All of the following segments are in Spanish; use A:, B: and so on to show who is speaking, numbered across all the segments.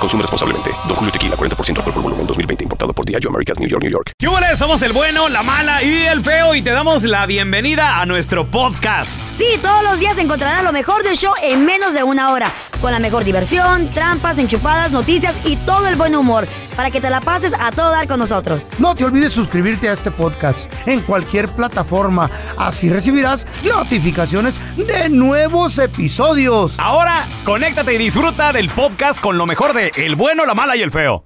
A: Consume responsablemente. Don Julio Tequila, 40% alcohol por volumen, 2020. Importado por Diageo Americas, New York, New York.
B: ¿Qué hubo? Somos el bueno, la mala y el feo y te damos la bienvenida a nuestro podcast.
C: Sí, todos los días encontrarás lo mejor del show en menos de una hora. Con la mejor diversión, trampas, enchufadas, noticias y todo el buen humor. Para que te la pases a todo dar con nosotros.
D: No te olvides suscribirte a este podcast en cualquier plataforma. Así recibirás notificaciones de nuevos episodios.
B: Ahora, conéctate y disfruta del podcast con lo mejor de El bueno, la mala y el feo.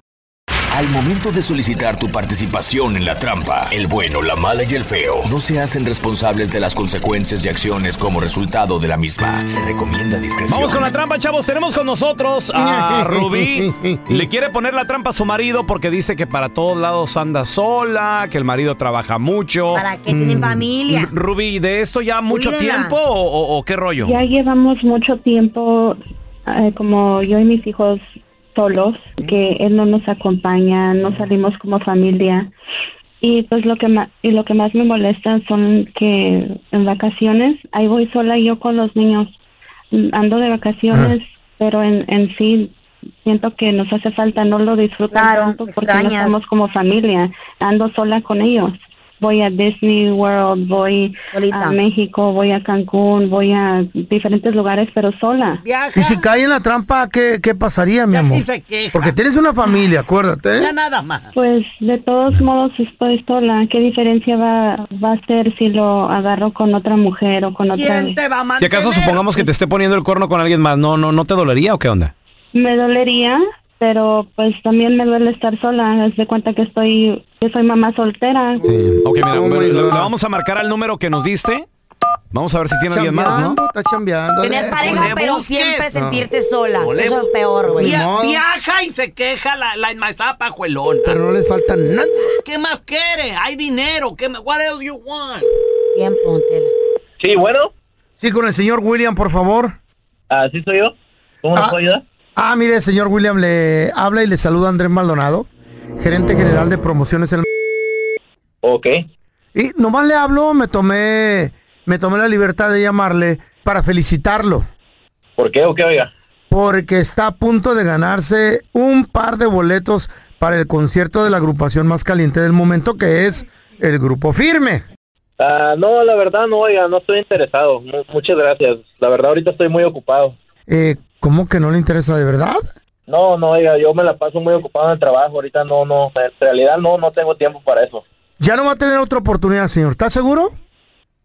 E: Al momento de solicitar tu participación en la trampa, el bueno, la mala y el feo no se hacen responsables de las consecuencias y acciones como resultado de la misma. Se recomienda discreción.
B: Vamos con la trampa, chavos. Tenemos con nosotros a Rubí. Le quiere poner la trampa a su marido porque dice que para todos lados anda sola, que el marido trabaja mucho.
C: ¿Para qué
D: Mm.
C: tienen
B: Mm.
C: familia?
B: Rubí, ¿de esto ya mucho
C: Cuídala.
B: tiempo o, o- o qué rollo?
F: Ya llevamos mucho tiempo, eh, como yo y mis hijos solos, que él no nos acompaña, no salimos como familia. Y pues lo que ma- y lo que más me molesta son que en vacaciones ahí voy sola yo con los niños. Mm, Ando de vacaciones, pero en, en sí siento que nos hace falta, no lo disfrutan
C: Claro,
F: tanto porque no
C: extrañas.
F: estamos como familia. Ando sola con ellos. Voy a Disney World, voy
C: Solita.
F: a México, voy a Cancún, voy a diferentes lugares, pero sola.
D: Y si cae en la trampa, ¿qué, qué pasaría, mi amor? Porque tienes una familia, acuérdate. ¿eh?
F: Pues de todos modos estoy sola. ¿Qué diferencia va, va a hacer si lo agarro con otra mujer o con otra?
B: Si acaso supongamos que te esté poniendo el cuerno con alguien más, ¿no, no, no te dolería o qué onda?
F: Me dolería, pero pues también me duele estar sola. Haz de cuenta que estoy, que soy mamá soltera.
B: Ok, mira,
D: Oh, my
B: le- le
D: God.
B: vamos a marcar al número que nos diste. Vamos a ver si tiene alguien más, ¿no?
D: Chambeando, Está chambeando.
C: Tener
D: Eh,
C: pareja,
G: le
C: pero
G: busques.
C: siempre sentirte sola. Eso es peor, güey.
G: Via-
D: modo.
G: viaja y se queja la, la enmaizada pajuelona.
D: Pero no les falta nada.
G: ¿Qué más quiere? Hay dinero. ¿Qué más? What else you want?
C: Tiempo, don Tela.
H: Sí, bueno,
D: Sí, con el señor William, por favor.
H: así soy yo. ¿Cómo
D: Ah.
H: nos puedo ayudar?
D: Ah, mire, señor William, le habla y le saluda Andrés Maldonado, gerente general de promociones. en-
H: Ok.
D: Y nomás le hablo, me tomé, me tomé la libertad de llamarle para felicitarlo,
H: ¿Por qué o qué, oiga?
D: porque está a punto de ganarse un par de boletos para el concierto de la agrupación más caliente del momento, que es el Grupo Firme.
H: Ah, no, la verdad no, oiga, no estoy interesado. Mu- muchas gracias. La verdad ahorita estoy muy ocupado.
D: Eh, ¿Cómo que no le interesa de verdad?
H: No, no, oiga, yo me la paso muy ocupado en el trabajo. Ahorita no, no, en realidad no, no tengo tiempo para eso.
D: Ya no va a tener otra oportunidad, señor. ¿Está seguro?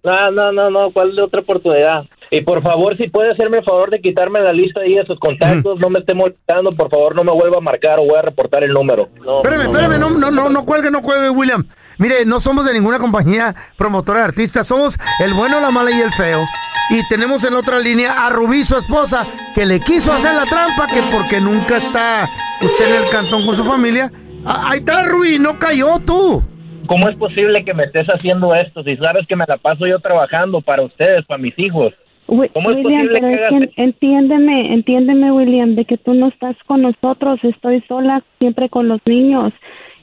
H: No, no, no, no, ¿cuál de otra oportunidad? Y por favor, si puede hacerme el favor de quitarme la lista ahí de sus contactos, no me esté molestando, por favor, no me vuelva a marcar o voy a reportar el número. No,
D: Espérame, espérame, no, no, no, no cuelgue, no cuelgue, William. Mire, no somos de ninguna compañía promotora de artistas, somos el bueno, la mala y el feo. Y tenemos en otra línea a Rubí, su esposa, que le quiso hacer la trampa, que porque nunca está usted en el cantón con su familia. Ah, ahí está Rubí, no cayó tú.
H: ¿Cómo es posible que me estés haciendo esto si sabes que me la paso yo trabajando para ustedes, para mis hijos?
F: Wi-
H: ¿Cómo es
F: William,
H: posible
F: pero
H: que
F: es
H: hagas
F: que entiéndeme, entiéndeme, William, de que tú no estás con nosotros, estoy sola siempre con los niños.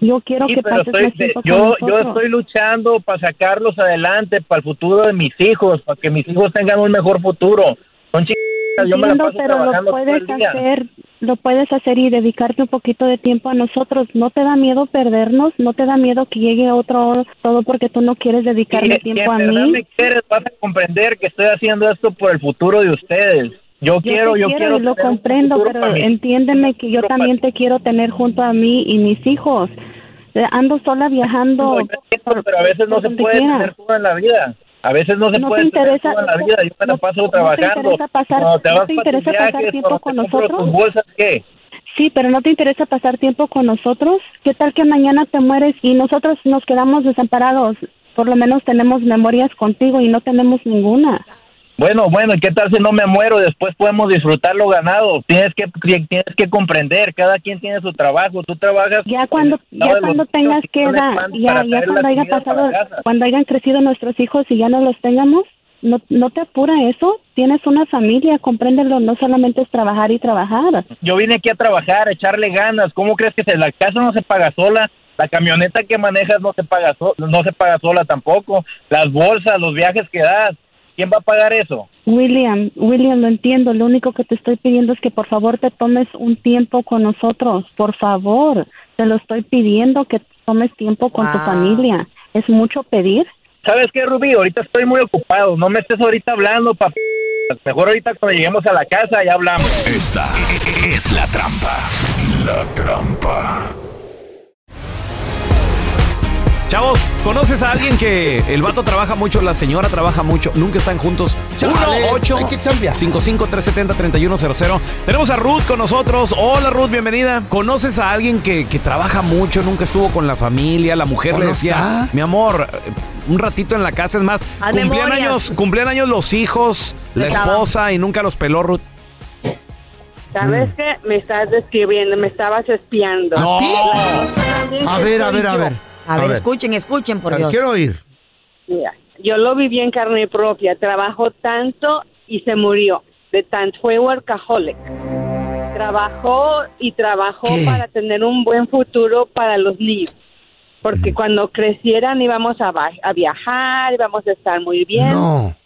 F: Yo quiero
H: Sí,
F: que
H: pero
F: pases
H: estoy-
F: más tiempo con
H: yo, yo
F: nosotros.
H: estoy luchando para sacarlos adelante, para el futuro de mis hijos, para que mis hijos tengan un mejor futuro. Son chicas, yo me la
F: Entiendo,
H: paso
F: pero
H: trabajando
F: lo
H: todo el
F: puedes
H: día.
F: hacer, lo puedes hacer y dedicarte un poquito de tiempo a nosotros. No te da miedo perdernos, no te da miedo que llegue otro todo porque tú no quieres dedicarle
H: Si
F: tiempo a
H: en verdad
F: mí.
H: me quieres, vas a comprender que estoy haciendo esto por el futuro de ustedes. Yo,
F: Yo
H: quiero,
F: te
H: yo
F: quiero
H: quiero.
F: y lo
H: tener un
F: comprendo,
H: futuro
F: pero
H: para mis
F: entiéndeme que yo
H: futuro
F: también te quiero tener junto a mí y mis hijos. Eh, Ando sola viajando.
H: hijos, pero a veces no
F: por
H: se
F: donde
H: puede
F: quiera.
H: tener todo en la vida. A veces no se
F: ¿No te
H: puede tener
F: interesa-
H: todo en la vida. Yo me la paso trabajando.
F: interesa pasar-
H: Cuando
F: no
H: vas
F: te
H: pa' tus
F: interesa pasar
H: viajes,
F: tiempo
H: cuando
F: con
H: te compro
F: nosotros?
H: tus bolsas, ¿qué?
F: Sí, pero ¿no te interesa pasar tiempo con nosotros? ¿Qué tal que mañana te mueres y nosotros nos quedamos desamparados? Por lo menos tenemos memorias contigo y no tenemos ninguna.
H: Bueno, bueno, ¿y qué tal si no me muero? Después podemos disfrutar lo ganado. Tienes que tienes que comprender, cada quien tiene su trabajo. Tú trabajas
F: Ya cuando ya cuando tengas que edad, ya, ya cuando haya pasado, cuando hayan crecido nuestros hijos y ya no los tengamos, no, no te apura eso. Tienes una familia, compréndelo, no solamente es trabajar y trabajar.
H: Yo vine aquí a trabajar, a echarle ganas. ¿Cómo crees que se, la casa no se paga sola? La camioneta que manejas no se paga so- no se paga sola tampoco. Las bolsas, los viajes que das, ¿quién va a pagar eso?
F: William, William, lo entiendo. Lo único que te estoy pidiendo es que por favor te tomes un tiempo con nosotros. Por favor, te lo estoy pidiendo que tomes tiempo con tu familia. Es mucho pedir.
H: ¿Sabes qué, Rubí? Ahorita estoy muy ocupado. No me estés ahorita hablando, papá. Mejor ahorita cuando lleguemos a la casa ya hablamos.
E: Esta es la trampa.
I: La trampa.
B: Chavos, ¿conoces a alguien que el vato trabaja mucho, la señora trabaja mucho, nunca están juntos? 1 8 55 370 3100 Tenemos a Ruth con nosotros. Hola Ruth, bienvenida. ¿Conoces a alguien que, que trabaja mucho, nunca estuvo con la familia? La mujer
G: ¿O
B: le
G: no
B: decía, mi amor, eh, un ratito en la casa, es más,
G: Haz
B: cumplían
G: memorias.
B: años, cumplían años los hijos, la
J: Estaba.
B: esposa y nunca los peló Ruth.
D: Mm.
J: ¿Sabes qué? Me estás describiendo, me estabas espiando.
B: No.
D: A ver, a ver, a ver.
C: A ver, escuchen, escuchen, por
D: A ver,
C: Dios.
D: Quiero oír.
J: Mira, yo lo viví en carne propia. Trabajó tanto y se murió. De tanto fue workaholic. Trabajó y trabajó para tener un buen futuro para los niños.
D: Mm.
J: Porque cuando crecieran íbamos a, va- a viajar, íbamos a estar muy bien.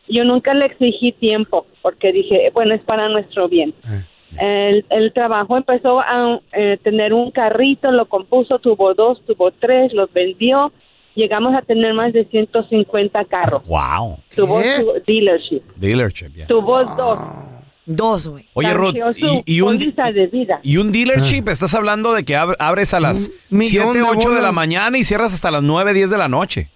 J: Yo nunca le exigí tiempo porque dije, bueno, es para nuestro bien.
B: Ah,
J: El, el trabajo empezó a eh, tener un carrito, lo compuso, tuvo dos, tuvo tres, los vendió. Llegamos a tener más de 150 carros.
B: ¡Wow!
J: Tuvo su dealership.
B: Dealership, ya.
J: Tuvo dos.
C: Dos, güey.
B: Oye, Ruth, y- y un-
J: de vida.
B: Y un dealership, estás hablando de que ab- abres a las
J: Ah. millón
B: 7,
J: de
B: 8 de,
J: bolas.
B: la mañana y cierras hasta las 9, 10 de la noche.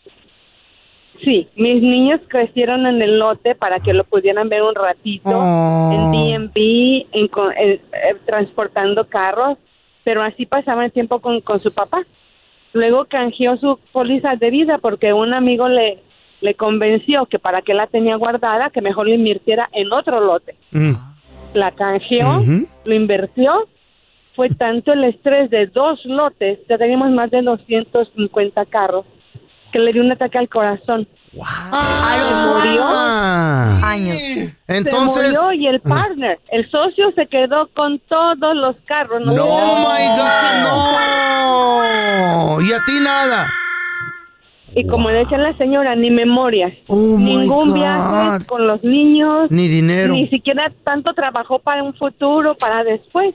J: Sí, mis niños crecieron en el lote para que lo pudieran ver un ratito en DMV, en co- en- eh, transportando carros, pero así pasaba el tiempo con, con su papá. Luego canjeó su póliza de vida porque un amigo le, le convenció que para que la tenía guardada, que mejor lo invirtiera en otro lote. La canjeó,
K: Ujú.
J: lo invirtió. Fue tanto el estrés de dos lotes, ya teníamos más de 250 carros, que le dio un ataque al corazón.
D: Ah. Entonces.
J: Se murió y el partner, el socio se quedó con todos los carros. No,
D: my No, y a ti nada.
J: Y como decía la señora, ni memoria, ningún
D: Oh God.
J: viaje con los niños,
D: Ni dinero.
J: ni siquiera tanto trabajó para un futuro, para después.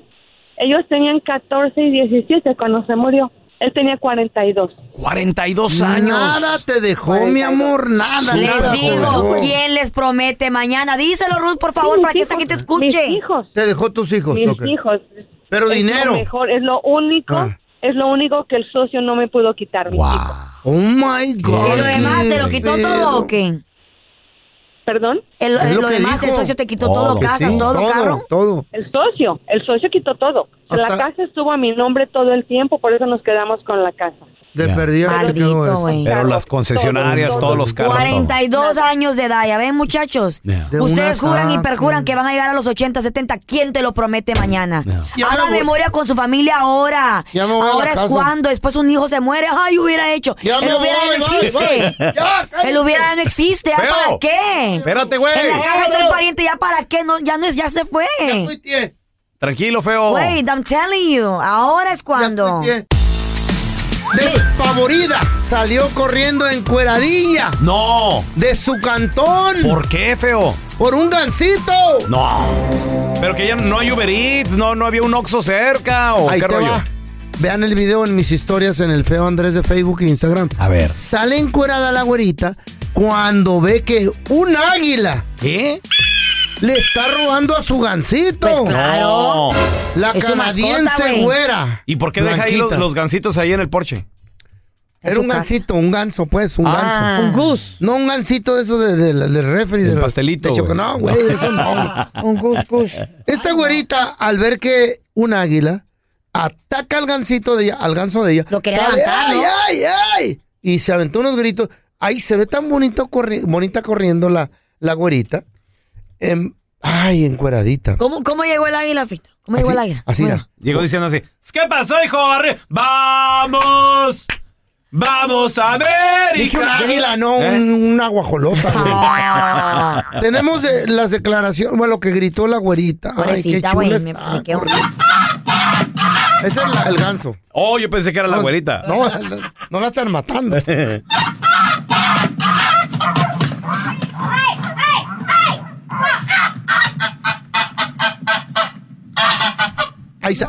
J: Ellos tenían 14 y 17 cuando se murió. Él tenía 42.
B: 42 años.
D: Nada te dejó, mi amor, nada.
C: Pues, Les
D: nada te
C: digo,
D: dejó.
C: ¿quién les promete mañana? Díselo, Ruth, por favor, para que esta gente escuche.
D: Te dejó tus hijos.
J: Mis
D: ok.
J: hijos.
D: Pero
J: Es
D: dinero.
J: Lo mejor, es lo único,
D: Ah.
J: es lo único que el socio no me pudo quitar. mis hijos.
D: Oh my God.
C: ¿Y lo demás Ah, te lo quitó todo o qué?
J: ¿Perdón?
C: El,
D: Es
J: Eh,
C: el-
D: lo
C: lo
D: que
C: demás, el
D: dijo. Oh,
C: socio te quitó todo,
D: Que
C: casas,
D: sí,
C: todo, carro.
D: Todo.
J: El socio, el socio quitó todo. La casa estuvo a mi nombre todo el tiempo, por eso nos quedamos con la casa.
D: De perdida que
C: Maldito,
D: quedó eso.
C: güey.
B: Pero las concesionarias, todos los carros. todo.
C: 42 años de edad, ya ven muchachos.
B: De
C: Ustedes
B: una
C: juran y
B: saca.
C: perjuran que van a llegar a los 80, 70. ¿Quién te lo promete mañana?
K: Ya
C: Haga
K: me voy.
C: memoria con su familia ahora.
K: Ya me voy a la
C: ahora es
K: casa.
C: cuando después un hijo se muere. Ay, hubiera hecho.
K: Ya
C: el
K: me
C: hubiera
K: voy,
C: no
K: bye,
C: existe.
K: bye. Ya, cállate.
C: el hubiera no existe. ¿Ya
B: Feo.
C: ¿este, ah, para qué?
B: Espérate, güey.
C: En la caja está el pariente. ¿Ya para qué? No, ya no es, ya se fue.
B: Tranquilo, feo.
C: Wait, I'm telling you. Ahora es cuando.
D: Despavorida, salió corriendo encueradilla.
B: No.
D: De su cantón.
B: ¿Por qué, feo?
D: Por un gancito.
B: No. Pero que ya no hay Uber Eats, no, no había un Oxxo cerca o
D: Ahí
B: qué
D: te
B: rollo.
D: va. Vean el video en mis historias en el feo Andrés de Facebook e Instagram.
B: A ver.
D: Sale encuerada la güerita cuando ve que un águila. ¿eh?
B: ¿Qué?
D: Le está robando a su gancito.
B: Pues No.
D: La canadiense güera.
B: ¿Y por qué deja ahí los,
D: Blanquita.
B: los gansitos ahí en el porche?
D: Era un gansito, un ganso, pues, un
B: Ah.
D: ganso.
B: Un
D: gus. No, un gansito de esos de, de, de refri.
B: Del
D: de los-
B: pastelito,
D: de choco-
B: güey.
D: No, güey, eso no.
C: Un Ah, gus, gus.
D: Esta güerita, al ver que un águila ataca al gansito de ella, al ganso de ella. Lo
C: quería levantar, ¿no?
D: ¡Ay, ay, ay! Y se aventó unos gritos. Ahí se ve tan bonito corri- bonita corriendo la, la güerita. Em, ay, encueradita.
C: ¿Cómo, ¿Cómo llegó el águila, Fito? ¿Cómo llegó el águila?
D: Así era.
B: Llegó diciendo así. ¿Qué pasó, hijo? Arre- ¡Vamos! ¡Vamos, América! ¿Eh?
D: Dije un águila, no, un- una guajolota. güey.
B: Ah.
D: Tenemos de- las declaraciones, bueno, lo que gritó la güerita. Ay, qué
C: Pobrecita, güey,
D: chula
C: me-
D: está.
C: me quedo-
D: Ese es la- el ganso.
B: Oh, yo pensé que era la güerita.
D: No, no la están matando. Ahí sa-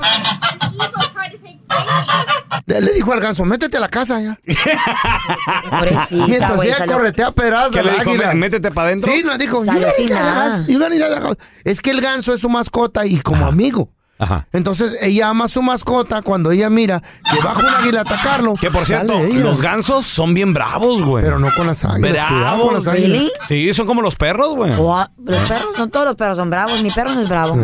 D: Le le dijo al ganso, métete a la casa ya.
B: Pobrecita,
D: Mientras
B: güey,
D: ella
B: salió-
D: corretea pedazos
B: ¿Qué
D: al
B: le dijo?
D: águila.
B: "Mé- métete para adentro.
D: Sí, nos dijo,
B: Salió
D: "You gotta
B: sin
D: get
B: nada.
D: out, you gotta get out". es que el ganso es su mascota y como amigo.
B: Ajá.
D: Entonces ella ama a su mascota cuando ella mira que baja un águila a atacarlo.
B: Que por cierto,
D: sale ella.
B: los gansos son bien bravos, güey. Pero
D: no con las águilas, cuidado
B: Bravos.
D: con las águilas. ¿Really?
B: Sí, son como los perros, güey. Ah,
C: O a- los perros, no todos los perros son bravos. Mi perro no es bravo.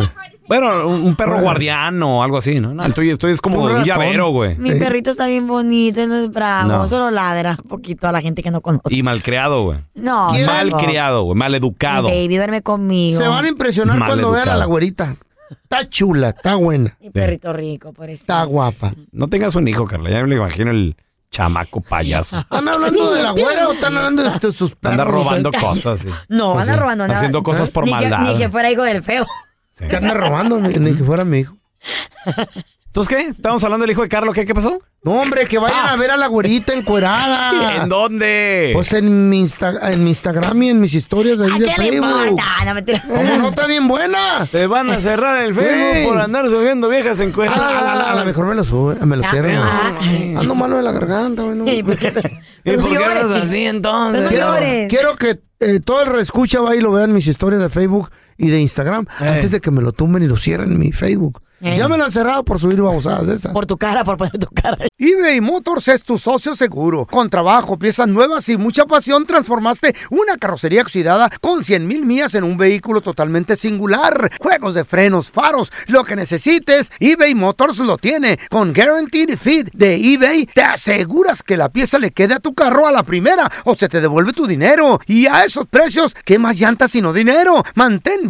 B: Bueno, un, un perro guardián o algo así, ¿no? No, el tuyo, el tuyo es como
C: Un
B: un,
C: ratón.
B: llavero, güey.
C: Mi perrito está bien bonito y no es bravo.
B: No.
C: Solo ladra un poquito a la gente que no conoce.
B: Y malcriado, güey.
C: No, no.
B: Malcriado, güey. Maleducado.
C: Mi baby, duerme conmigo.
D: Se van a impresionar
B: Mal
D: cuando vean a
B: educado.
D: la güerita. Está chula, está buena.
C: Mi perrito rico, por eso.
D: Está guapa.
B: No tengas un hijo, Carla. Ya me lo imagino el chamaco payaso.
D: ¿Están hablando de la güera o están hablando de estos- sus perros?
B: Anda robando
D: Ustedes-
B: cosas. Pues sí.
C: No, anda robando nada.
B: Haciendo cosas por
C: ni
B: maldad.
C: Que, ni que fuera hijo del feo.
D: Que anda robando, ni, ni que fuera mi hijo.
B: ¿Entonces qué? ¿Estamos hablando del hijo de Carlos? ¿Qué, qué pasó? Ah.
D: No, hombre, que vayan a ver a la güerita encuerada.
B: ¿En dónde?
D: Pues en mi, Insta- en mi Instagram y en mis historias de ahí de
C: ¿Qué le
D: Facebook.
C: importa? No, mentira.
D: ¿Cómo no está bien buena?
B: Te van a cerrar el Facebook
D: Güey.
B: por andar subiendo viejas encuestas.
D: A lo mejor me lo suben, me lo cierran.
C: Ah.
D: Ando malo de la garganta, güey. no.
C: pues,
B: ¿Y
D: no
B: por qué
D: llores.
B: eres así entonces?
D: Quiero, quiero que eh, todo el reescucha va y lo vean mis historias de Facebook y de Instagram
B: Eh.
D: antes de que me lo tumben y lo cierren en mi Facebook.
C: Eh.
D: Ya me lo han cerrado por subir babosadas de esas.
C: Por tu cara, por poner tu cara.
D: eBay Motors es tu socio seguro. Con trabajo, piezas nuevas y mucha pasión, transformaste una carrocería oxidada con 100 mil millas en un vehículo totalmente singular. Juegos de frenos, faros, lo que necesites, eBay Motors lo tiene. Con Guaranteed Fit de eBay, te aseguras que la pieza le quede a tu carro a la primera o se te devuelve tu dinero. Y a esos precios, ¿qué más llantas sino dinero? Mantén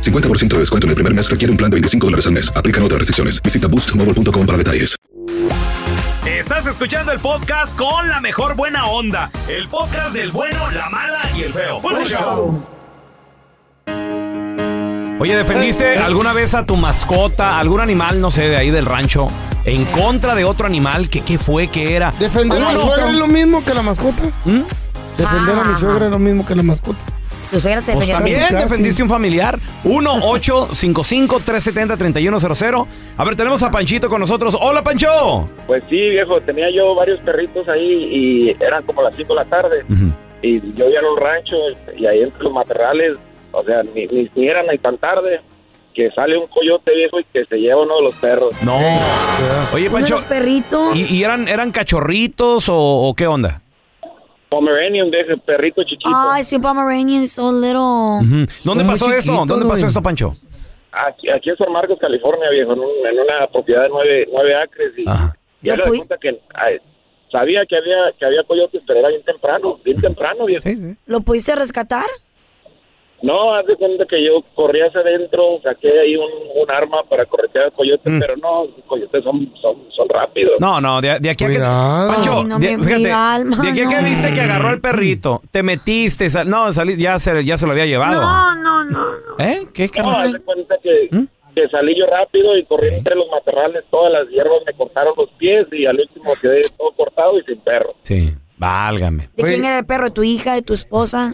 L: 50% de descuento en el primer mes requiere un plan de 25 dólares al mes. Aplican otras restricciones. Visita boostmobile.com para detalles.
B: Estás escuchando el podcast con la mejor buena onda. El podcast del bueno, la mala y el feo. Buen show. Oye, ¿defendiste alguna vez a tu mascota, algún animal, no sé, de ahí del rancho, en contra de otro animal? ¿Qué, qué fue? ¿Qué era?
D: ¿Defender a mi suegra es lo mismo que la mascota? ¿Defender a mi suegra es lo mismo que la mascota?
C: ¿Mm? Ah. Tu suegra te
B: Pues
C: defendió.
B: también defendiste un familiar. 1-855-370-3100. A ver, tenemos a Panchito con nosotros. Hola, Pancho.
K: Pues sí, viejo, tenía yo varios perritos ahí y eran como las 5 de la tarde. Y yo iba a los ranchos y ahí entre los matorrales, o sea, ni, ni, ni eran ahí tan tarde que sale un coyote viejo y que se lleva uno de los perros.
B: No. Oye, Pancho. ¿Y, y eran, eran cachorritos o, o qué onda?
K: Pomeranian de ese perrito chiquito.
C: Ay, sí, Pomeranian, so little.
B: Ujú. ¿Dónde
K: Muy
B: pasó esto?
K: chiquito,
B: ¿Dónde pasó
K: güey.
B: esto, Pancho?
K: Aquí, aquí en San Marcos, California, viejo, en, un- en una propiedad de nueve, nueve acres. Y, y haga de cuenta que ay, sabía que había, que había coyotes, pero era bien temprano, bien temprano, viejo.
C: ¿Lo pudiste rescatar?
K: No, haz de cuenta que yo corrí hacia adentro, saqué ahí un, un arma para corretear al coyote, pero no, los coyotes son, son, son rápidos.
B: Mm. No, no, de, de aquí a que. Pancho,
C: Ay, no
B: de,
C: me-
B: fíjate,
C: mi alma,
B: de aquí a que
C: no.
B: viste que agarró al perrito, te metiste, sal- no, salí, ya se, ya se lo había llevado.
C: no, no.
B: ¿Eh? ¿Qué
K: No,
B: carnal?
K: haz de cuenta que,
B: ¿Mm?
K: que salí yo rápido y corrí entre los matorrales, todas las hierbas me cortaron los pies y al último quedé todo cortado y sin perro.
B: Sí, válgame.
C: ¿De quién era el perro? ¿De tu hija? ¿De tu esposa?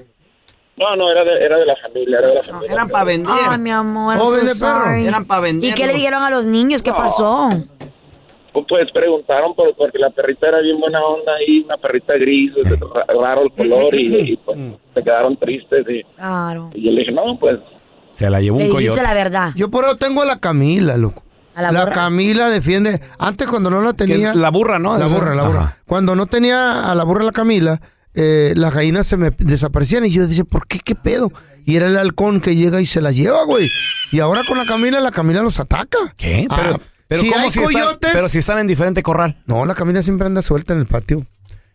K: No, no, era de, era de la familia, era de la familia.
G: Eran para vender.
C: Ay, mi amor.
G: Oh,
C: I'm so
G: vende perro.
C: sorry.
G: Eran pa'
C: ¿Y qué le
G: venderlos.
C: dijeron a los niños? ¿Qué pasó?
K: Pues preguntaron por- porque la perrita era bien buena onda y una perrita gris, es ra- raro el color y, y, pues
B: Mm.
K: se quedaron tristes y,
C: Claro.
K: y yo le dije, no, pues
B: Se la llevó
D: un
C: Le dijiste
D: coyote.
C: la verdad.
D: Yo por eso tengo a la Camila, loco.
C: la
D: La,
C: burra?
D: Camila defiende. Antes cuando no la
B: es
D: tenía.
B: la burra, ¿no?
D: La
B: Esa-
D: burra, la burra.
B: Ajá.
D: Cuando no tenía a la burra la Camila, eh, las gallinas se me desaparecían y yo decía, ¿por qué? ¿Qué pedo? Y era el halcón que llega y se las lleva, güey. Y ahora con la Camila, la Camila los ataca.
B: ¿Qué? Pero,
D: Ah,
B: pero
D: si
B: ¿cómo
D: hay
B: si están-
D: coyotes-
B: pero si están en diferente corral.
D: No, la Camila siempre anda suelta en el patio.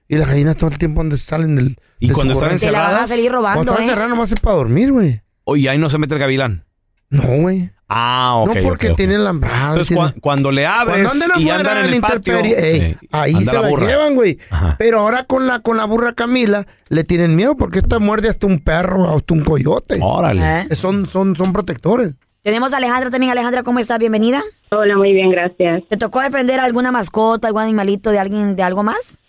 D: Y las gallinas todo el tiempo donde salen del.
B: Y
D: de
B: cuando
D: su
B: están
D: corral.
B: Te la van a encerradas- seguir robando,
D: Cuando están
B: ¿eh?
D: encerradas nomás es para dormir, güey.
B: Oye, ahí no se mete el gavilán.
D: No, güey.
B: Ah, ok.
D: no porque
B: ok, ok.
D: tienen alambrado.
B: Entonces,
D: tienen-
B: cua- cuando le abres
D: Cuando andan
B: y
D: afuera
B: andan en
D: la
B: el patio,
D: intemperie, ey,
B: eh,
D: ahí
B: anda
D: se la,
B: burra.
D: llevan, güey. Pero ahora con la con la burra Camila le tienen miedo porque esta muerde hasta un perro, hasta un coyote. Eh,
C: Órale.
D: Son son son protectores.
C: Tenemos a Alejandra también. Alejandra, ¿cómo estás? Bienvenida.
M: Hola, muy bien, gracias.
C: ¿Te tocó defender a alguna mascota, algún animalito de alguien, de algo más?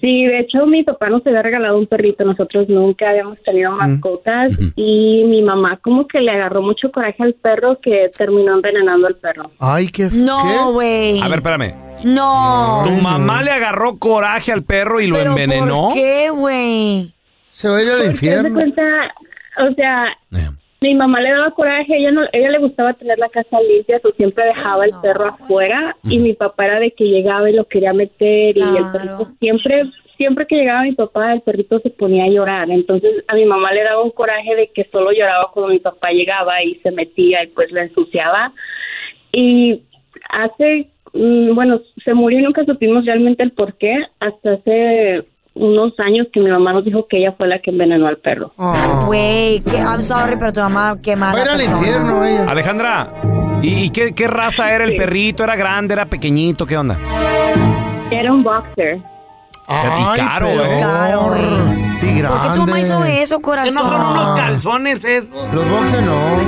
M: Sí, de hecho mi papá nos había regalado un perrito, nosotros nunca habíamos tenido mascotas y mi mamá como que le agarró mucho coraje al perro que terminó envenenando al perro.
D: Ay, qué.
C: No, güey.
B: A ver, espérame.
C: No.
B: ¿Tu mamá le agarró coraje al perro y lo
C: ¿Pero
B: envenenó?
C: ¿Por qué, güey?
D: Se va a ir
M: Porque, haz de cuenta, o sea, mi mamá le daba coraje, ella no, ella le gustaba tener la casa limpia, o siempre dejaba el perro afuera y mi papá era de que llegaba y lo quería meter y el perrito siempre, siempre que llegaba mi papá el perrito se ponía a llorar, entonces a mi mamá le daba un coraje de que solo lloraba cuando mi papá llegaba y se metía y pues la ensuciaba y hace, mm, bueno, se murió y nunca supimos realmente el por qué hasta hace unos años que mi mamá nos dijo que ella fue la que envenenó al perro.
C: Güey, que I'm sorry, pero tu mamá, qué mala Era al infierno,
D: ella.
B: Alejandra, ¿y, y qué, qué raza era el perrito? ¿Era grande? ¿Era pequeñito? ¿Qué onda?
M: Era un boxer.
B: y caro,
C: Oh,
B: ¿eh?
D: Y
C: ¿Por qué tu mamá hizo eso, corazón?
G: no son unos calzones esos?
D: Los boxes no.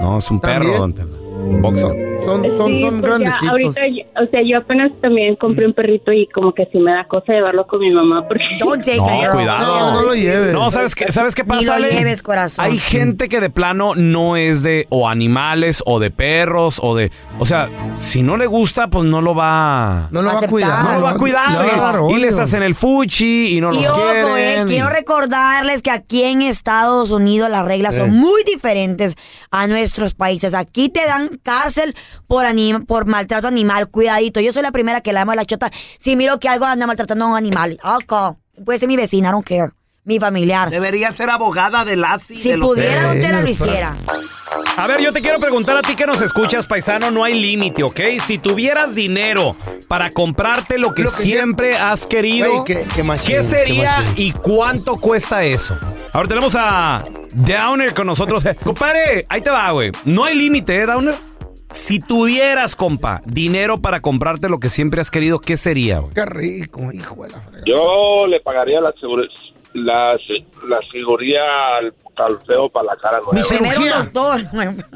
B: No, es un perro. don Tela. Boxer.
D: Son,
M: Sí, pues ya ahorita, yo- o sea, yo apenas también compré un perrito y como que sí me da cosa llevarlo con mi mamá porque...
B: No, cuidado.
D: No, no lo lleves.
B: No, ¿sabes qué, ¿sabes qué
C: Ni lo
B: pasa? Ale?
C: lleves, corazón.
B: Hay gente que de plano no es de o animales o de perros o de... O sea, si no le gusta, pues no lo va...
D: No lo va a cuidar.
B: No lo va a cuidar.
D: le va a dar
B: y
D: odio.
B: les hacen el fuchi y no
C: Y
B: los
C: ojo, eh,
B: quieren.
C: quiero recordarles que aquí en Estados Unidos las reglas son
B: Eh.
C: muy diferentes a nuestros países. Aquí te dan cárcel por anim- por maltrato animal, cuidadito. Yo soy la primera que la amo a la chota. Si miro que algo anda maltratando a un animal, alcohol. Puede ser mi vecina, I don't care. Mi familiar.
G: Debería ser abogada del ASI.
C: Si
G: de los-
C: pudiera, don Tela, lo hiciera.
B: A ver, yo te quiero preguntar a ti que nos escuchas, paisano, no hay límite, ¿ok? Si tuvieras dinero para comprarte lo que,
D: Lo que
B: siempre has querido,
D: Güey, qué- qué machín,
B: ¿qué
D: qué
B: sería
D: machín.
B: y cuánto cuesta eso? Ahora tenemos a Downer con nosotros. Eh, Compadre, ahí te va, güey. No hay límite, ¿eh, Downer? Si tuvieras, compa, dinero para comprarte lo que siempre has querido, ¿qué sería, güey?
D: Qué rico, hijo de la
K: Yo le pagaría la, seguro- la, se- la seguridad al calfeo para la cara nueva.
C: doctor.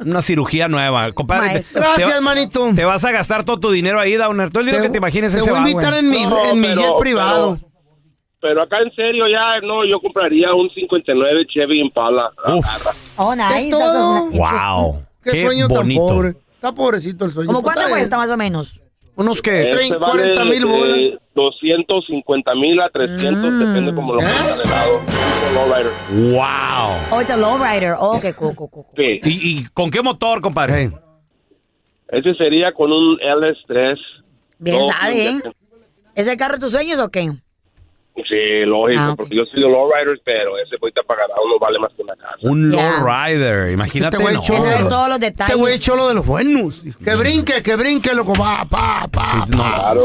B: Una cirugía nueva, compadre.
D: Maestro. Gracias,
B: manito. Te vas a gastar todo tu dinero ahí, Downer. Todo el dinero que te imagines
D: te
B: ese eh.
D: voy a
B: va,
D: invitar
B: güey.
D: en mi- No, en mi pero- jet privado.
K: Pero acá en serio ya, no, yo compraría un 59 Chevy Impala. Uf.
C: Oh, nice.
D: todo?
B: Wow.
D: Qué,
B: Qué
D: sueño
B: bonito.
D: tan pobre. Está pobrecito el sueño.
C: ¿Como
D: pero
C: cuánto
D: está bien.
C: cuesta más o menos?
B: Unos que...
K: Este vale
D: 40 mil
K: de
D: bolas. Ah.
K: 250 mil a 300, depende como lo pongan de lado. Un lowrider.
B: Wow.
C: Oh, it's a lowrider. Oh, qué cool, cool, cool.
K: Sí.
B: ¿Y, y con qué motor, compadre?
K: Ese sería con un LS3.
C: Bien
K: No,
C: sabe, ¿eh? ¿Es el carro de tus sueños o qué?
K: Sí, lógico,
C: Ah,
K: porque yo soy de lowriders, pero ese voy a pagar uno vale más que una casa.
B: Un
C: Ya.
B: lowrider, imagínate.
D: Este güey
B: no.
D: cholo.
C: Sabes todos los detalles.
D: Este güey es cholo de los buenos. Que brinque, que brinque, loco. Pa, pa, pa.
B: Sí, no,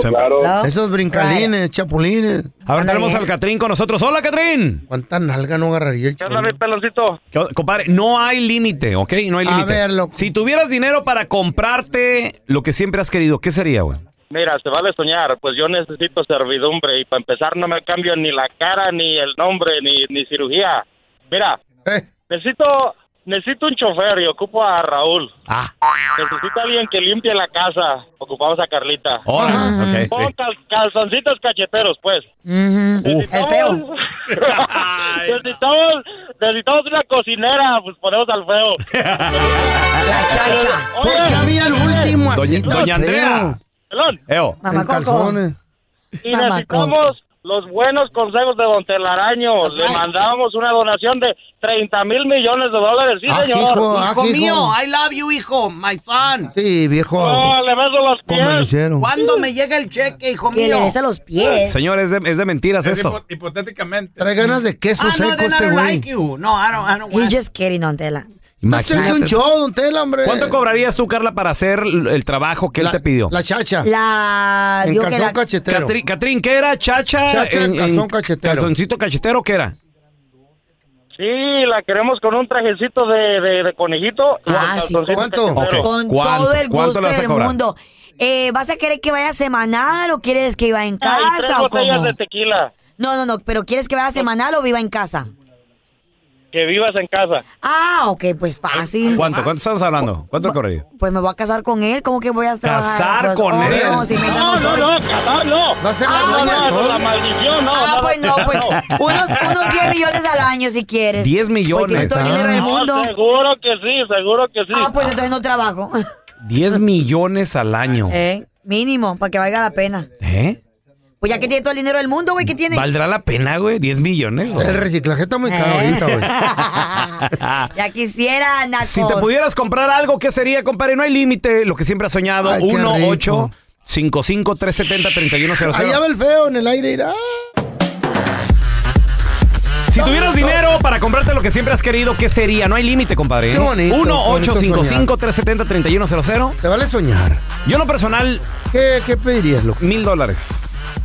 B: se-
D: Esos brincalines, chapulines.
B: A ver, tenemos al Catrín con nosotros. Hola, Catrín.
D: ¿Cuánta nalga no agarraría el cholo?
K: peloncito?
B: Compadre, no hay límite, ¿ok? No hay
D: A
B: límite.
D: ver,
B: Si tuvieras dinero para comprarte lo que siempre has querido, ¿qué sería, güey?
N: Mira, se vale soñar, pues yo necesito servidumbre y para empezar no me cambio ni la cara, ni el nombre, ni, ni cirugía. Mira, necesito necesito un chofer y ocupo a Raúl.
B: Ah.
N: Necesito alguien que limpie la casa, ocupamos a Carlita.
B: ok,
N: Pon
B: sí.
N: cal- calzoncitos cacheteros, pues.
C: El feo.
N: necesitamos, necesitamos una cocinera, pues ponemos al feo.
D: Porque había el último
B: Doña,
D: así. tan feo.
B: Doña Andrea.
N: Pelón.
B: Eo.
D: En calzones.
N: Y
D: Mamá
N: necesitamos los buenos consejos de Don Telaraño. Le mandábamos una donación de 30 mil millones de dólares. Sí,
D: Ah,
N: señor.
D: hijo, ah,
G: Hijo
D: hijo.
G: mío, I love you, hijo, my fan.
D: Sí, viejo.
N: No, le beso los
D: ¿Cómo lo hicieron?
G: ¿Cuándo me llega el cheque, hijo
D: Que le
G: mío?
D: besa los pies.
B: Señor, es de, es de mentiras esto.
O: hipotéticamente.
D: Trae ganas de queso
G: Ah, no,
D: seco
G: then I
D: este
G: don't
D: güey.
G: like you. No, I don't, I don't
C: He
G: want-
C: just kidding, don Tela.
D: Esto es un show, don Tela, hombre.
B: ¿Cuánto cobrarías tú, Carla, para hacer el el trabajo que él te pidió?
D: La chacha.
C: La... Ah,
D: En
C: digo que
D: calzón
C: la-
D: cachetero.
B: Catrín, Catrín, ¿qué era? Chacha.
D: Chacha, calzón cachetero.
B: Calzoncito cachetero, ¿qué era?
N: Sí, la queremos con un trajecito de, de, de conejito. y
C: Ah,
N: los
C: sí.
N: calzoncitos cacheteros.
B: Ok.
C: Con
B: ¿Cuánto?
C: todo el
B: ¿Cuánto
C: gusto
B: le vas a
C: del
B: cobrar?
C: mundo. Eh, ¿Vas a querer que vaya semanal o quieres que viva en
N: Ah, y tres
C: casa o
N: botellas
C: cómo?
N: de tequila.
C: No, no, no, pero ¿quieres que vaya semanal o viva en casa?
N: Que vivas en casa.
C: Ah, ok, pues fácil.
B: ¿Cuánto? ¿Cuánto estamos hablando? ¿Cuánto cobraría?
C: Pues me voy a casar con él, ¿cómo que voy a trabajar?
B: ¿Casar
C: Pues,
B: con
C: oh,
B: él?
C: No, si me dicen
N: No, no,
C: soy.
N: no, casar no.
D: Va a ser la
N: Ah,
D: dueña de
N: no, no,
D: todo.
N: la maldición, no.
C: Ah,
N: no,
C: pues no, pues unos, unos 10 millones al año si quieres.
B: 10
C: Pues tienes
B: millones.
C: todo el dinero del mundo.
N: No, seguro que sí, seguro que sí.
C: Ah, pues entonces no trabajo.
B: 10 millones al año.
C: Eh, Mínimo, para que valga la pena.
B: ¿Eh?
C: Pues ya que tiene todo el dinero del mundo, güey, ¿qué tiene?
B: ¿Valdrá la pena, güey? 10 millones. güey.
D: El reciclaje está muy caro ahorita, güey.
C: Eh. Ya quisiera, Nacos.
B: Si te pudieras comprar algo, ¿qué sería, compadre? No hay límite, lo que siempre has soñado.
D: Ay, qué
B: 1
D: rico.
B: 8 55 370
D: Allá
B: 3100
D: va el feo en el aire irá.
B: Si tuvieras dinero para comprarte lo que siempre has querido, ¿qué sería? No hay límite, compadre. ¿eh?
D: Qué bonito,
B: 1
D: bonito
B: 855 370 3100
D: Te vale soñar.
B: Yo en lo personal...
D: ¿Qué, qué pedirías, loco?
B: Mil dólares.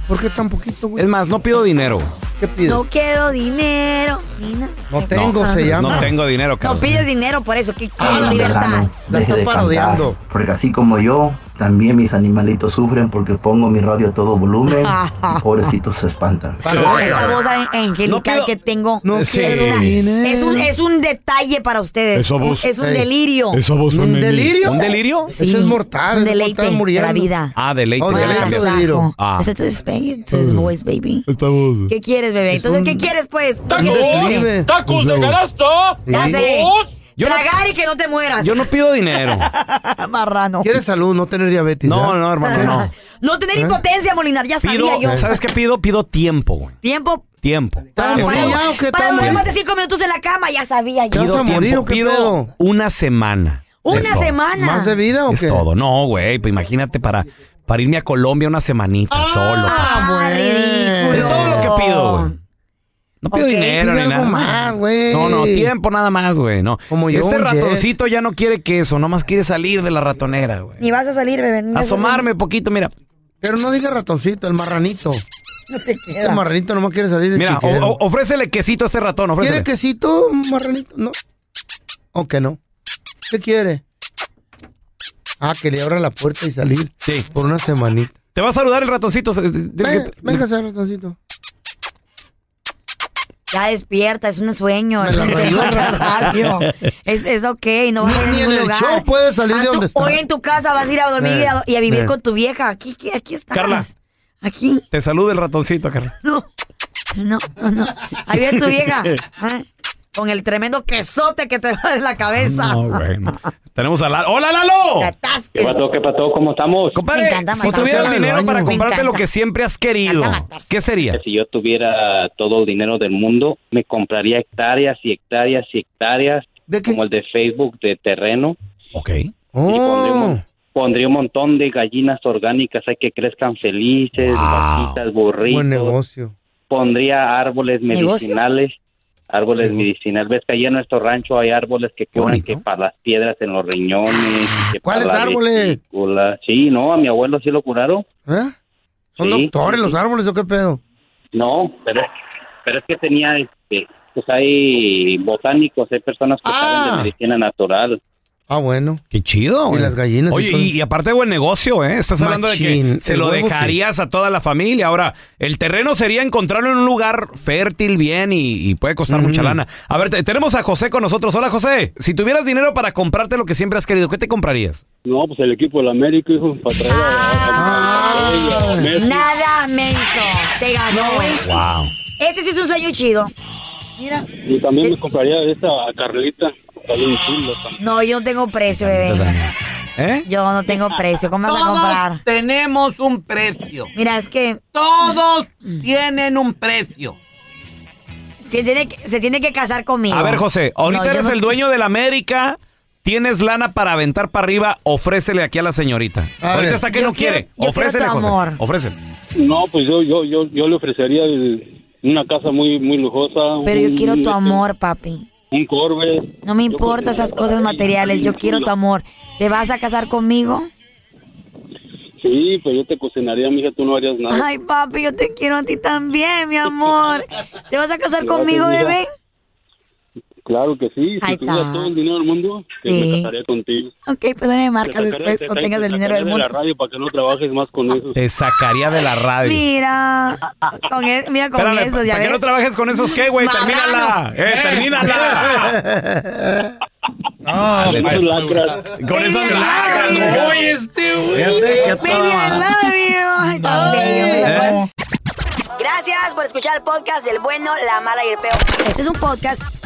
D: ¿Por qué tan poquito, güey?
B: Es más, no pido dinero.
D: ¿Qué pides?
C: No quiero dinero. Nina.
D: No tengo,
C: No,
D: se llama.
B: No tengo dinero,
C: No
B: cabrón.
C: pides dinero por eso, que quieres
P: Alan
C: libertad.
P: Delgado,
D: Ah, La
P: deje
D: está
P: de
D: parodiando.
P: cantar, porque así como yo, también mis animalitos sufren porque pongo mi radio a todo volumen y pobrecitos se espantan.
C: Esta voz an- angelical
B: pido-
C: que tengo
B: No
C: es,
B: quiero
C: una-
B: dinero.
C: es un, es un detalle para ustedes.
B: Esa voz.
C: Es un
B: Ey.
C: delirio.
B: Esa voz
D: ¿Un
B: femenil.
D: delirio?
B: ¿Un delirio?
C: Sí,
D: Eso es
C: es
D: mortal.
C: un
D: eso es
C: deleite
D: mortal
C: de
D: muriendo.
C: la vida.
B: Ah, deleite.
D: Oh,
B: ya le
D: ah,
B: cambié.
D: delirio.
B: Ah.
C: Ese es his voice, baby.
B: Esta voz.
C: ¿Qué quieres, bebé? Entonces, ¿qué quieres, pues?
D: Libre.
N: ¡Tacos de canasto!
C: Ya sé.
B: Yo no-
C: Tragar y que no te mueras.
B: Yo no pido dinero.
C: Marrano.
D: ¿Quieres salud? No tener diabetes.
B: No,
D: ¿ya?
B: no, hermano, no.
C: No tener impotencia, Molinar. Ya Ah, sabía yo.
D: ¿Eh?
B: Pido, ¿sabes qué pido? Pido tiempo, güey.
C: Tiempo
B: Tiempo.
C: para,
D: ¿Estás
C: para,
D: morilla o qué
C: para
D: estás
C: durar más
D: morilla?
C: de cinco minutos en la cama. Ya sabía yo.
D: vas a
B: Pido
D: morir o
B: tiempo.
D: qué
B: Pido
D: pedo?
B: una semana. Es
C: Una
B: todo.
C: semana.
D: ¿Más de vida o
B: Es
D: qué?
B: todo. No, güey, pues imagínate para, para irme a Colombia una semanita solo.
C: Ah, ridículo.
B: Es todo lo que pido, güey. No pido
C: Ok,
B: dinero
D: pide
B: ni nada.
D: algo más, güey.
B: No, no, tiempo nada más, güey. No.
D: Como yo,
B: este
D: un
B: ratoncito ya no quiere queso, nomás quiere salir de la ratonera, güey.
C: Ni vas a salir, bebé. ni vas a salir.
B: Asomarme poquito, mira.
D: Pero no diga ratoncito, el marranito. No te queda. Este marranito nomás quiere salir de
B: Mira,
D: chiquero.
B: o- o- ofrécele quesito a este ratón, ofrécele.
D: ¿Quiere quesito, marranito? No. ¿O que no? ¿Qué quiere? Ah, que le abra la puerta y salir.
B: Sí.
D: Por una semanita.
B: Te va a saludar el ratoncito. se- de- de-
D: Venga,
B: que-
D: venga, ese ratoncito.
C: Ya despierta, es un sueño.
D: Me la rayó el
C: Radio. es, es ok, no vas a ir a
D: Ni en
C: ningún
D: el
C: lugar.
D: show puedes salir
C: Ah,
D: de
C: tú
D: donde está.
C: Hoy en tu casa vas a ir a dormir y a- y a vivir
B: Eh.
C: con tu vieja. Aquí, aquí, aquí estás.
B: Carla.
C: Aquí.
B: Te saluda el ratoncito, Carla.
C: No, no, no. Ahí viene tu vieja. ¿eh? Con el tremendo quesote que te va en la cabeza.
B: No, güey. no. Tenemos a Lalo. ¡Hola, Lalo!
C: Atasques.
O: ¿Qué pasó? ¿Qué pasó? ¿Cómo estamos?
B: Compadre,
C: Me encanta
B: si
C: matar.
B: tuvieras
C: Me
B: dinero para
C: encanta.
B: comprarte lo que siempre has querido, ¿qué sería?
O: Si yo tuviera todo el dinero del mundo, me compraría hectáreas y hectáreas y hectáreas, como el de Facebook de terreno.
B: Ok. Oh.
O: Pondría un montón de gallinas orgánicas, hay que crezcan felices, vaquitas,
D: Buen
O: burritos.
D: negocio.
O: Pondría árboles
D: ¿Negocio?
O: medicinales. Árboles medicinales. Ves que allá en nuestro rancho hay árboles que curan que para las piedras en los riñones. que para
D: ¿Cuáles
O: la
D: árboles?
O: vesícula. Sí, no, a mi abuelo sí lo curaron.
D: ¿Eh? ¿Son
O: Sí,
D: doctores
O: sí,
D: los
O: sí.
D: árboles o qué pedo?
O: No, pero, pero es que tenía, este, pues hay botánicos, hay personas que saben
C: Ah.
O: de medicina natural.
D: Ah, bueno.
B: Qué chido,
D: Y las gallinas.
B: Oye,
D: todo.
B: y, y aparte buen negocio, ¿eh? Estás hablando de
D: Machín.
B: que se
D: El
B: lo
D: huevo, sí.
B: dejarías a toda la familia. Ahora, el terreno sería encontrarlo en un lugar fértil, bien, y, y puede costar mucha lana. A ver, te- tenemos a José con nosotros. Hola, José. Si tuvieras dinero para comprarte lo que siempre has querido, ¿qué te comprarías?
Q: No, pues el equipo del América, hijo, para traer a- a- a- a- a- Messi.
C: Nada, menso. Te ganó, güey.
B: Wow.
C: Este sí es un sueño chido. Mira.
Q: Y también me compraría esta a Carlita. Está bien chulo también.
C: No, yo no tengo precio, bebé.
B: ¿Eh?
C: Yo no tengo precio. ¿Cómo vas a
G: Todos
C: comprar?
G: tenemos un precio.
C: Mira, es que
G: Todos tienen un precio.
C: se tiene que, se tiene que casar conmigo.
B: A ver, José, ahorita
C: No, yo
B: eres
C: no-
B: el dueño de la América. Tienes lana para aventar para arriba, ofrécele aquí a la señorita.
Q: A
B: ahorita
Q: ver.
B: está que
Q: Yo
B: no
Q: quiero-
B: quiere.
Q: yo quiero
B: ofrécele,
Q: tu
B: José.
Q: amor.
B: Ofrécele.
Q: No, pues yo, yo, yo, yo le ofrecería el- una casa muy, muy lujosa.
C: Pero yo
Q: un-
C: quiero
Q: un-
C: tu amor, papi.
Q: Un Corvette.
C: No me importan esas cosas materiales. Yo quiero tu amor. ¿Te vas a casar conmigo?
Q: Sí, pues yo te cocinaría, mija, tú no harías nada.
C: Ay, papi, yo te quiero a ti también, mi amor. ¿Te vas a casar conmigo,
Q: Gracias, mija.
C: bebé?
Q: Claro que sí. Si
C: Ahí
Q: tuviera
C: está.
Q: todo el dinero del mundo, que
C: Sí.
Q: me casaría contigo.
C: Ok, pues dame marcas
Q: Te sacaría-
C: después
Q: te
C: o
Q: sac-
C: tengas
Q: te
C: el dinero
Q: sacaría
C: del
Q: de
C: mundo.
Q: la radio para que no trabajes más con eso.
B: Te sacaría de la radio.
C: Mira, con e- mira con
B: Espérame,
C: eso, ya
B: ¿para qué
C: ves.
B: no trabajes con esos qué, güey?
C: Marrano.
B: Termínala. Eh, termínala. Dale,
Q: con esas
B: pues.
Q: lacras.
B: Con esas lacras, güey, este, güey.
C: Baby, I love you. Ay, tan bello, me la
B: ¿Eh?
C: Gracias por escuchar el podcast del bueno, la mala y el peo. Este es un podcast